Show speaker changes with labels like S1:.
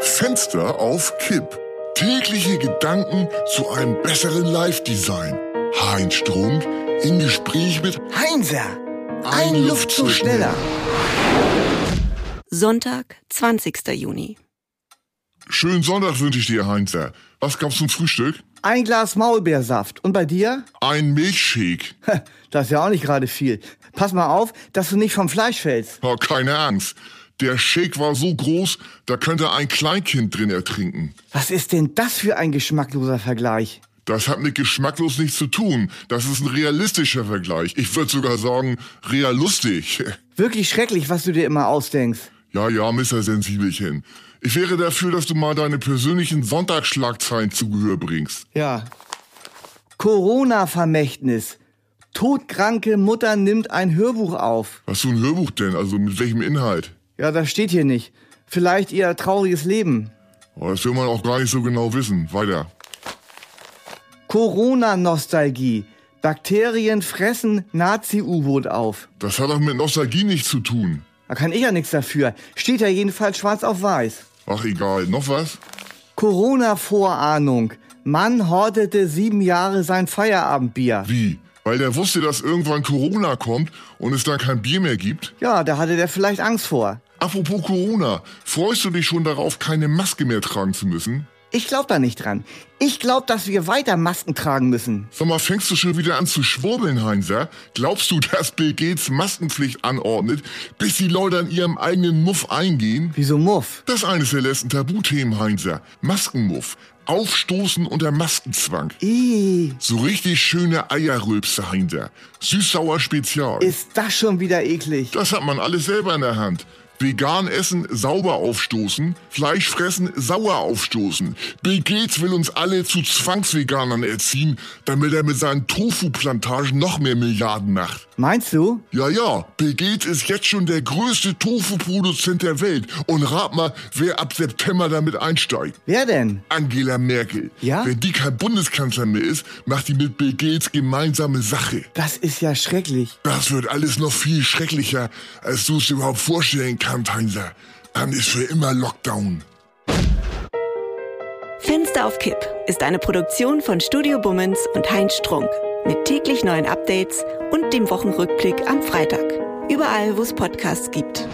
S1: Fenster auf Kipp. Tägliche Gedanken zu einem besseren Live-Design. Heinz Strunk im Gespräch mit
S2: Heinzer, ein Luftzug schneller.
S3: Sonntag, 20. Juni.
S1: Schönen Sonntag wünsche ich dir, Heinzer. Was gab's zum Frühstück?
S2: Ein Glas Maulbeersaft. Und bei dir?
S1: Ein Milchshake.
S2: Das ist ja auch nicht gerade viel. Pass mal auf, dass du nicht vom Fleisch fällst.
S1: Oh, keine Angst. Der Shake war so groß, da könnte ein Kleinkind drin ertrinken.
S2: Was ist denn das für ein geschmackloser Vergleich?
S1: Das hat mit geschmacklos nichts zu tun. Das ist ein realistischer Vergleich. Ich würde sogar sagen, realistig.
S2: Wirklich schrecklich, was du dir immer ausdenkst.
S1: Ja, ja, Mr. Sensibelchen. Ich wäre dafür, dass du mal deine persönlichen Sonntagsschlagzeilen zu Gehör bringst.
S2: Ja. Corona-Vermächtnis. Todkranke Mutter nimmt ein Hörbuch auf.
S1: Was für ein Hörbuch denn? Also mit welchem Inhalt?
S2: Ja, das steht hier nicht. Vielleicht ihr trauriges Leben.
S1: Oh, das will man auch gar nicht so genau wissen. Weiter.
S2: Corona-Nostalgie. Bakterien fressen Nazi-U-Boot auf.
S1: Das hat doch mit Nostalgie nichts zu tun.
S2: Da kann ich ja nichts dafür. Steht ja jedenfalls schwarz auf weiß.
S1: Ach egal, noch was?
S2: Corona-Vorahnung. Mann hortete sieben Jahre sein Feierabendbier.
S1: Wie? Weil der wusste, dass irgendwann Corona kommt und es dann kein Bier mehr gibt?
S2: Ja, da hatte der vielleicht Angst vor.
S1: Apropos Corona, freust du dich schon darauf, keine Maske mehr tragen zu müssen?
S2: Ich glaub da nicht dran. Ich glaub, dass wir weiter Masken tragen müssen.
S1: Sag mal, fängst du schon wieder an zu schwurbeln, Heinzer? Glaubst du, dass Bill Gates Maskenpflicht anordnet, bis die Leute an ihrem eigenen Muff eingehen?
S2: Wieso Muff?
S1: Das ist eines der letzten Tabuthemen, Heinzer. Maskenmuff. Aufstoßen unter Maskenzwang.
S2: Ih,
S1: So richtig schöne Eierrülpse, Heinzer. Süß-sauer Spezial.
S2: ist das schon wieder eklig.
S1: Das hat man alles selber in der Hand. Vegan essen, sauber aufstoßen. Fleisch fressen, sauer aufstoßen. Bill Gates will uns alle zu Zwangsveganern erziehen, damit er mit seinen Tofu-Plantagen noch mehr Milliarden macht.
S2: Meinst du?
S1: Ja, ja, Bill Gates ist jetzt schon der größte Tofu-Produzent der Welt. Und rat mal, wer ab September damit einsteigt.
S2: Wer denn?
S1: Angela Merkel.
S2: Ja?
S1: Wenn die kein Bundeskanzler mehr ist, macht die mit Bill Gates gemeinsame Sache.
S2: Das ist ja schrecklich.
S1: Das wird alles noch viel schrecklicher, als du es dir überhaupt vorstellen kannst, Heinzer. Dann ist für immer Lockdown.
S3: Fenster auf Kipp ist eine Produktion von Studio Bummens und Heinz Strunk. Mit täglich neuen Updates und dem Wochenrückblick am Freitag. Überall, wo es Podcasts gibt.